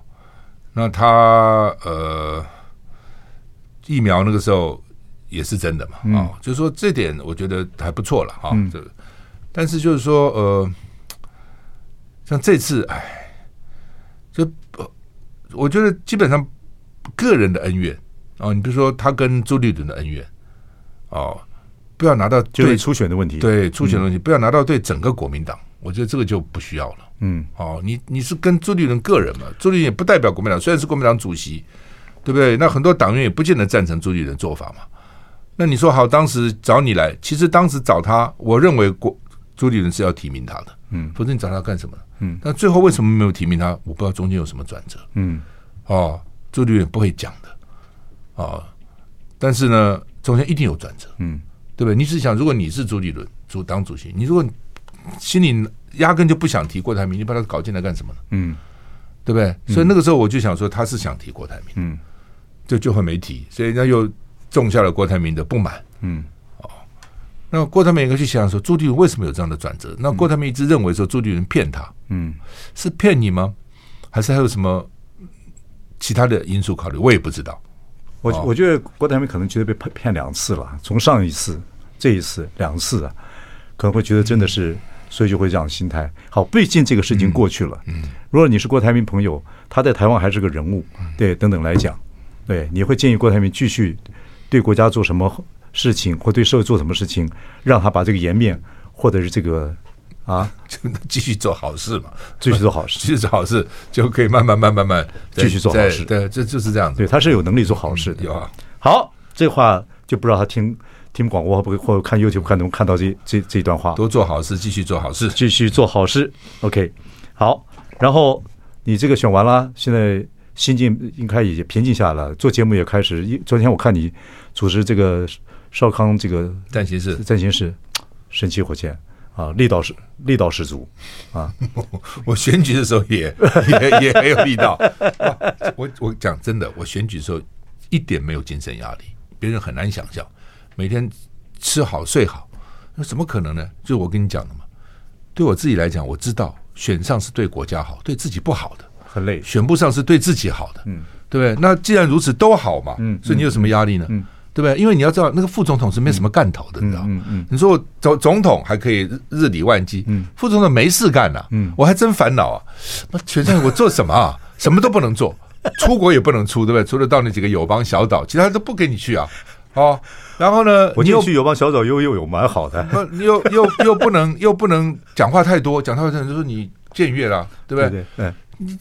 那他呃疫苗那个时候也是真的嘛，啊、
嗯
哦，就是说这点我觉得还不错了哈，这、但是就是说呃，像这次哎，就呃我觉得基本上个人的恩怨哦，你比如说他跟朱立伦的恩怨哦，不要拿到
就
对
是初选的问题，，嗯
对初选的问题，不要拿到对整个国民党，我觉得这个就不需要了。
嗯，
哦，你你是跟朱立伦个人嘛？朱立伦也不代表国民党，虽然是国民党主席，对不对？那很多党员也不见得赞成朱立伦的做法嘛。那你说好，当时找你来，其实当时找他，我认为国朱立伦是要提名他的，嗯，否则你找他干什么呢？嗯，但最后为什么没有提名他？我不知道中间有什么转折，
嗯，
哦，朱立伦不会讲的，哦，但是呢，中间一定有转折，嗯，对不对？你只想，如果你是朱立伦主当主席，你如果心里压根就不想提郭台铭，你把他搞进来干什么呢？
嗯，
对不对？所以那个时候我就想说，他是想提郭台铭，嗯，就就会没提，所以人家又种下了郭台铭的不满，
嗯，
哦，那郭台铭也可以去想想说，朱立伦为什么有这样的转折？那郭台铭一直认为说朱立伦骗他，
嗯，
是骗你吗？还是还有什么其他的因素考虑？我也不知道。
我
哦
我觉得郭台铭可能觉得被骗骗两次了，从上一次、这一次两次啊，可能会觉得真的
嗯
是，所以就会这样心态。好，毕竟这个事情过去了。嗯，如果你是郭台铭朋友，他在台湾还是个人物，
嗯
对，等等来讲，对，你会建议郭台铭继续对国家做什么事情，或对社会做什么事情，让他把这个颜面或者是这个啊，
就继续做好事嘛，
继续做好事
继续做好事就可以慢慢慢慢慢慢
继续做好
在
事
对，这就是这样子
对，。他是有能力做好事的。
有啊，
好，这话就不知道他听听广播或或看 YouTube 看能不能看到这这这一段话。
多做好事，继续做好事。
继续做好事。OK，好，然后你这个选完了，现在心境应该也平静下来了，做节目也开始。一昨天我看你组织这个少康这个
但其实
战形式，神奇火箭啊，力道是力道十足啊，
我选举的时候 也也也很有力道。哇我我讲真的，我选举的时候一点没有精神压力，别人很难想象。每天吃好睡好，那怎么可能呢？就是我跟你讲的嘛。对我自己来讲，我知道选上是对国家好，对自己不好的。
很累。
选不上是对自己好的，嗯，对不对？那既然如此，都好嘛，嗯，所以你有什么压力呢？嗯，对不对？因为你要知道，那个副总统是没什么干头的，你知道嗯嗯，你说我总总统还可以日日理万机，嗯，副总统没事干呐，嗯，我还真烦恼啊，那全在我做什么 啊？什么都不能做，出国也不能出，对不对？除了到那几个友邦小岛，其他都不给你去啊，哦，然后呢，
我
你
进
又
去友邦小岛悠悠有蛮好的，
不又又又不能又不能讲话太多，讲太多就说你僭越了，对不
对
对
不？对？嗯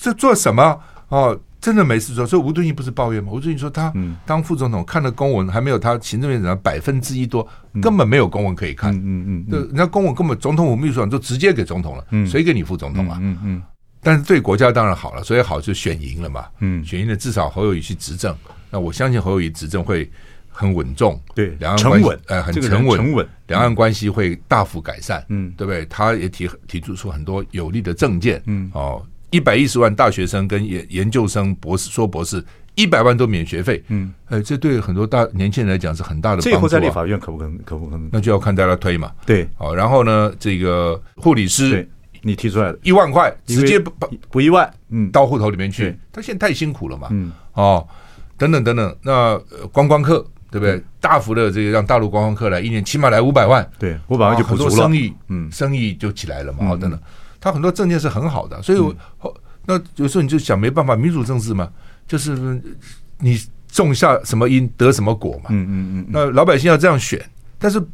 这做什么？哦，真的没事做。所以吴敦义不是抱怨吗？吴敦义说他
嗯
当副总统看的公文还没有他行政院长百分之一多，根本没有公文可以看。
嗯嗯嗯
对，人家公文根本总统府秘书长就直接给总统了，谁给你副总统啊？
嗯嗯
但是对国家当然好了，所以好就选赢了嘛。
嗯
选赢了，至少侯友谊去执政。那我相信侯友谊执政会很稳重，
对
两岸关
沉
系
稳
呃，很
这个人
沉稳，
沉稳，
两岸关系会大幅改善，
嗯
对不对？他也提提出出很多有利的政见，嗯，哦，一百一十万大学生跟研研究生、博士、硕博士，一百万都免学费，嗯，呃，这对很多大年轻人来讲是很大的帮助、
这
啊。
以后在立法院可不可能？可不可能？
那就要看大家推嘛，
对
好、然后呢，这个护理师
对，你提出来的，
一万块
因
直
为
接把
不意外。嗯，
到户头里面去
对。
他现在太辛苦了嘛，
嗯
哦，等等等等，那呃观光客对不
嗯
对？大幅的这个让大陆观光客来，一年起码来五百万，
对，我马上就
啊很
补
多
足了
生。意，
嗯
生意就起来了嘛，哦等等，他很多证件是很好的，所以
嗯
我后那有时候你就想没办法，民主政治嘛，就是呃你种下什么因得什么果嘛，
嗯嗯嗯。
那老百姓要这样选，但是嗯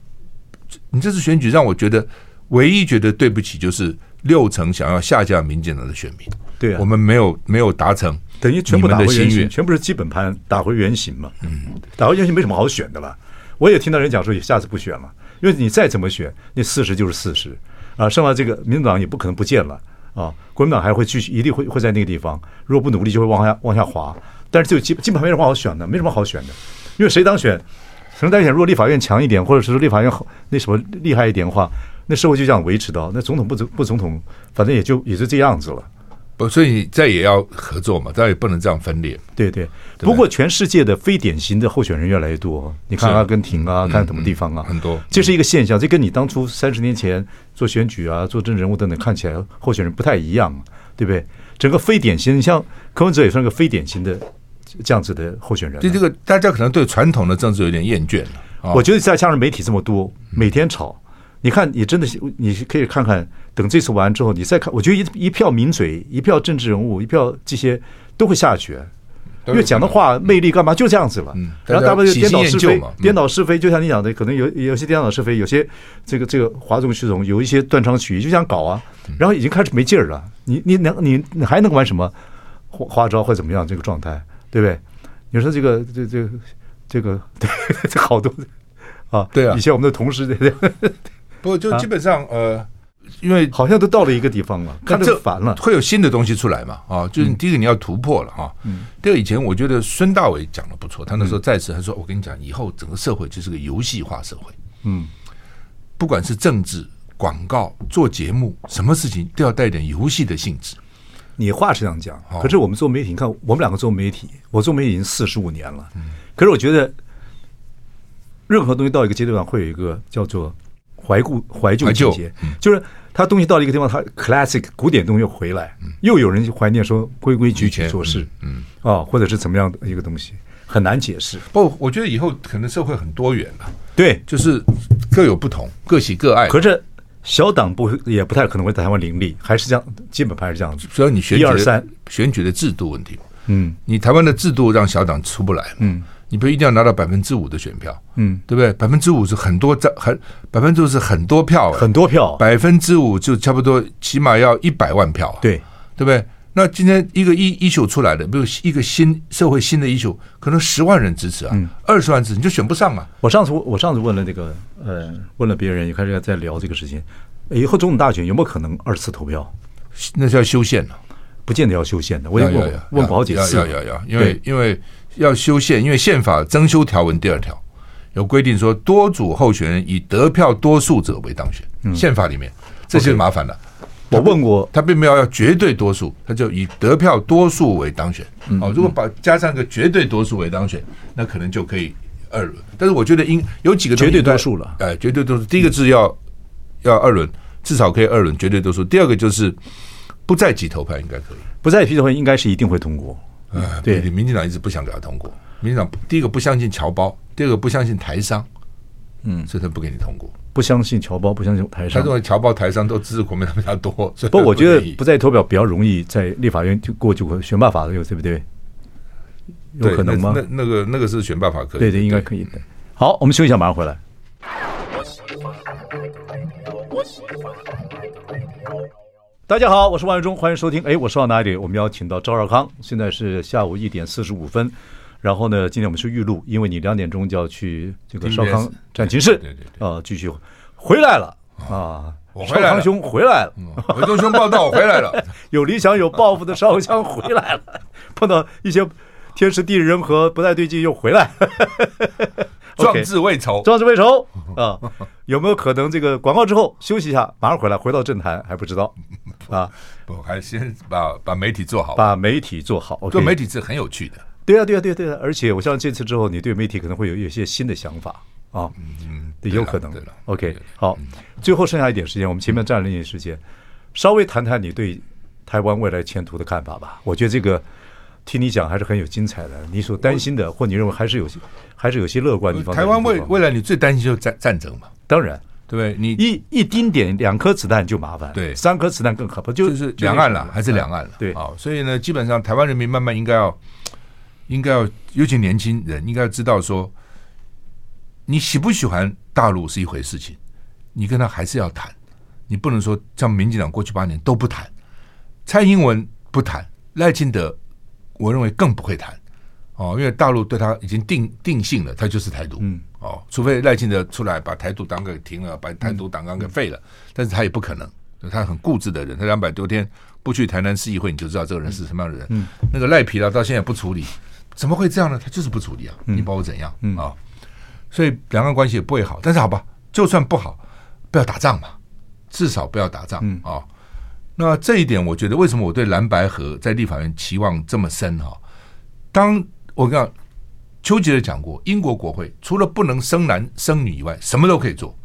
你这次选举让我觉得唯一觉得对不起就是六成想要下架民进党的选民，
对啊
我们没有没有达成，
等于全部打回
你们的
原
心
形，
愿
全部是基本盘打回原形嘛。嗯，打回原形没什么好选的了。我也听到人讲说，下次不选了，因为你再怎么选，那四十就是四十啊，剩下这个民主党也不可能不见了啊，国民党还会继续，一定会会在那个地方，如果不努力就会往下往下滑。但是就基基本上没什么好选的，没什么好选的。因为谁当选，谁当选，如果立法院强一点，或者是说立法院好那什么厉害一点的话，那社会就这样维持到。那总统不总不总统，反正也就也就这样子了。
不，所以再也要合作嘛，再也不能这样分裂。
对对，不过全世界的非典型的候选人越来越多，哦你看阿根廷
嗯
啊，看什么地方啊，
很多
这是一个现象，这跟你当初三十年前做选举啊、做政治人物等等看起来候选人不太一样，啊对不对？整个非典型，你像柯文哲也算个非典型的这样子的候选人啊、
对这个，大家可能对传统的政治有点厌倦了。啊
我觉得再加上媒体这么多，每天吵，你看，你真的是，你可以看看，等这次完之后，你再看，我觉得一一票名嘴，一票政治人物，一票这些都会下去，因为讲的话魅力干嘛就这样子了
嗯，
然后大
大
家就
家喜
颠
新
倒
厌
是
旧
非
嘛，嗯
颠倒是非，就像你讲的，可能有有些颠倒是非，有些这个这个哗众取宠，有一些断章取义，就这样搞啊，然后已经开始没劲儿了，你你能你你还能玩什么花花招或怎么样这个状态，对不对？你说这个这这这个 对这好多啊，
对啊
以前我们的同事对对。
不过就
啊
基本上呃，因为
好像都到了一个地方了，看着就烦了。
会有新的东西出来嘛？
嗯
啊，就是你第一个你要突破了哈。第二，以前我觉得孙大伟讲的不错，他那时
嗯
候在职，他说：“我跟你讲，以后整个社会就是个游戏化社会。
嗯，
不管是政治、广告、做节目，什么事情都要带点游戏的性质。
你话是这样讲
好，
可是我们做媒体，你看我们两个做媒体，我做媒体已经四十五年了，可是我觉得任何东西到一个阶段会有一个叫做怀故怀旧嗯
怀旧
季节，就是它东西到了一个地方，它 classic 古典东西又回来，又有人怀念说规规矩矩做事，嗯啊，或者是怎么样的一个东西，很难解释。
不，我觉得以后可能社会很多元了，
对，
就是各有不同，各喜各爱。
可是小党不会也不太可能会在台湾林立，还是这样，基本盘是这样子。
主要你选举
一二
的
三
选举的制度问题。
嗯，
你台湾的制度让小党出不来，嗯，你不一定要拿到百分之五的选票，
嗯，
对不对？百分之五是很多张，很百分之五是很多票、啊
很多票，
百分之五就差不多，起码要一百万票、啊，
对。
对不对？那今天一个一一宿出来的，比如一个新社会新的一宿，可能十万人支持
嗯
啊，二十、万支持你就选不上啊。
我上次我上次问了那个呃，问了别人，也开始在聊这个事情。以后总统大选有没有可能二次投票？
那是要修宪啊了。
不见得要修宪的，我已经
要
问
要
过问过好几次
要
了。
要要要，因为因为要修宪，因为宪法增修条文第二条有规定说，多组候选人以得票多数者为当选。
嗯
宪法里面这就麻烦了。
我问过，
他并没有要绝对多数，他就以得票多数为当选。
嗯
哦，如果把加上个绝对多数为当选，那可能就可以二轮。但是我觉得应有几个东
绝
西
对多数了
哎，绝对多数。第一个是要要二轮，至少可以二轮绝对多数。第二个就是不在籍投票应该可以。
不在批的话，应该是一定会通过。
哎，
对
民民进党一直不想给他通过。民进党第一个不相信侨胞，第二个不相信台商，嗯，所以他不给你通过。
不相信侨胞，不相信台
他
商。
认为侨胞、台商都支持国民党比较多， 所以
不，
他
我觉
愿
得
意
不在投票比较容易在立法院就过就过选办法的，对不对？有
对
可能吗
那？那那个那个是选办法可以，
对嗯对，应该可以的。好，我们休息一下，马上回来。大家好，我是万永忠，欢迎收听。哎，我是往哪里？我们邀请到赵少康，现在是下午一点四十五分。然后呢，今天我们是预录，因为你两点钟就要去这个
TBS
少康战情室，
对对
啊，继续回来了啊，
我
少
回来了
康兄回来了，嗯
维东兄报道，我回 来了。
有理想有抱负的少康回来了， 碰到一些天时地利人和不太对劲又回来了，
壮志未酬，
壮志未酬 啊！有没有可能这个广告之后休息一下，马上回来回到政坛还不知道啊？
我还先把把媒体做好，
把媒体做好，OK
做媒体是很有趣的。
对啊，对啊，对啊，对啊！而且我相信这次之后，你对媒体可能会有有一些新的想法啊，
嗯，
对
对
有
了
可能
对了。对
OK，
了嗯
好，最后剩下一点时间，我们前面占了一点时间，稍微谈谈你对台湾未来前途的看法吧。我觉得这个听你讲还是很有精彩的。你所担心的，或你认为还是有些还是有些乐观的地方在的
台
地
湾
方。
未未来你最担心就是战战争嘛，
当然。
对不对？你
一一丁点两颗子弹就麻烦，
对
三颗子弹更可怕，就
就是两岸了，还是两
岸？
岸了？
嗯对
啊，所以呢，基本上台湾人民慢慢应该要，应该要，尤其年轻人应该要知道说，你喜不喜欢大陆是一回事情，你跟他还是要谈，你不能说像民进党过去八年都不谈，蔡英文不谈，赖清德我认为更不会谈。哦，因为大陆对他已经定定性了，他就是台独。嗯，哦，除非赖清德出来把台独党给停了，把台独党纲给废了，但是他也不可能，他很固执的人，他两百多天不去台南市议会，你就知道这个人是什么样的人。嗯，那个赖皮了到现在不处理，怎么会这样呢？他就是不处理啊，你把我怎样啊？所以两岸关系也不会好。但是好吧，就算不好，不要打仗嘛，至少不要打仗啊。那这一点，我觉得为什么我对蓝白河在立法院期望这么深哈、当我跟你讲，丘吉尔讲过，英国国会除了不能生男生女以外，什么都可以做。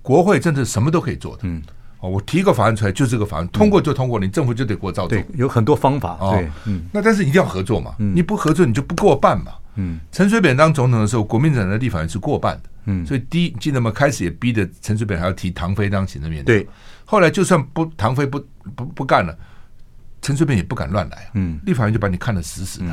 国会政治什么都可以做的。嗯，哦，我提一个法案出来，就这个法案通过就通过，你政府就得给我照做
对。，有很多方法，
哦
对，嗯，
那但是一定要合作嘛，你不合作你就不过半嘛。
嗯，
陈水扁当总统的时候，国民党的立法院是过半的。
嗯
所以第一，记得吗？开始也逼得陈水扁还要提唐飞当行政院长。
对，
后来就算不唐飞不不不干了，陈水扁也不敢乱来啊。
嗯
立法院就把你看得死死的，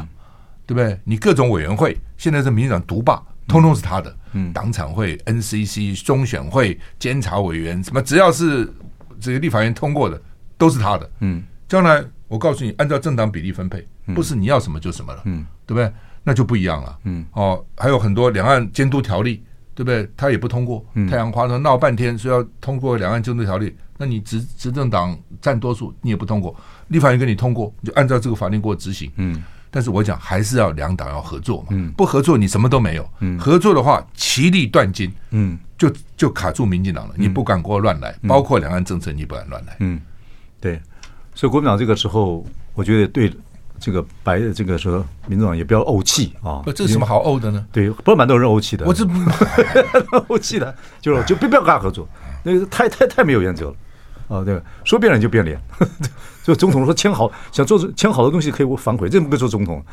对不对？你各种委员会，现在是民进党独
嗯
霸，通通是他的。嗯，党产会、NCC、中选会、监察委员，什么只要是这个立法院通过的，都是他的。
嗯，
将来我告诉你，按照政党比例分配，不是你要什么就什么了，嗯，对不对？那就不一样了，嗯，哦，还有很多两岸监督条例，对不对？他也不通过，太阳花呢闹半天说要通过两岸监督条例，那你执执政党占多数，你也不通过，立法院给你通过，你就按照这个法令给我执行，嗯。但是我讲还是要两党要合作嘛，不合作你什么都没有，合作的话其利断金，
嗯
就就卡住民进党了，你不敢给我乱来，包括两岸政策你也不敢乱来，
嗯，对，所以国民党这个时候，我觉得对这个白这个说，民众党也不要怄气啊
呃，这有什么好怄的呢？
对，不是蛮多人怄气的，
我 这
怄气的，就是就不不要跟他合作，
哎
那个太太太没有原则了啊，对吧？说变脸就变脸， 就总统说签好，想做签好的东西可以反悔，这不做总统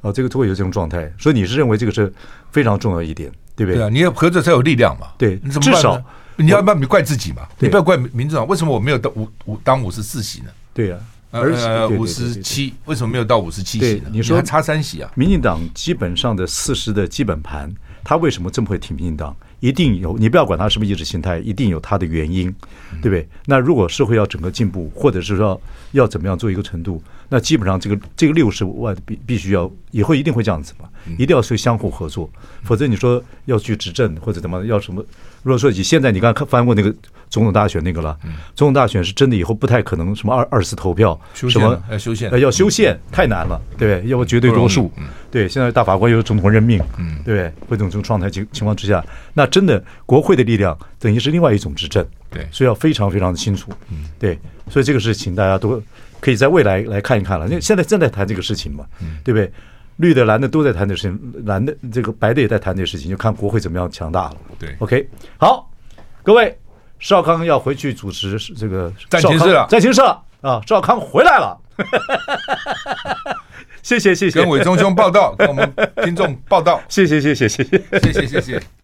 啊，这个都会有这种状态，所以你是认为这个是非常重要一点，对不对？
对啊，你要合作才有力量嘛。
对
你怎么办呢
至少
你要不然你怪自己嘛，
对
你不要怪民主党，为什么我没有到五五当五十四席呢？
对呀、而且对对
呃，
对
五
对对
十七，为什么没有到五十七席呢
对？你说
还差 三席啊？
民进党基本上的四十的基本盘，他为什么这么会挺民进党？一定有，你不要管他是不是意识形态，一定有他的原因，
嗯
对不对？那如果社会要整个进步，或者是说要怎么样做一个程度，那基本上这个这个六十万必必须要以后一定会这样子嘛，
嗯
一定要是相互合作，否则你说要去执政或者怎么要什么？如果说以现在你刚才翻过那个总统大选那个了，
嗯
总统大选是真的以后不太可能什么二二次投票，
修
什
宪
么
了要修宪嗯
呃要修宪太难了，对不对？要不绝对多数
不容易嗯，
对，现在大法官又是总统任命，嗯，对不对？会总这种状态情情况之下，那真的国会的力量等于是另外一种执政，
对
所以要非常非常的清楚，嗯，对，所以这个事情大家都可以在未来来看一看了，因为现在正在谈这个事情嘛，
嗯
对不对？绿的、蓝的都在谈这事情，蓝的这个白的也在谈这事情，就看国会怎么样强大了。
对
，OK，好，各位，邵康要回去主持这个
战情
邵康
室了
战情室了啊，邵康回来了， 谢谢谢谢，
跟，伟忠兄报道，跟我们听众报道
谢谢谢谢谢谢。
谢谢谢谢。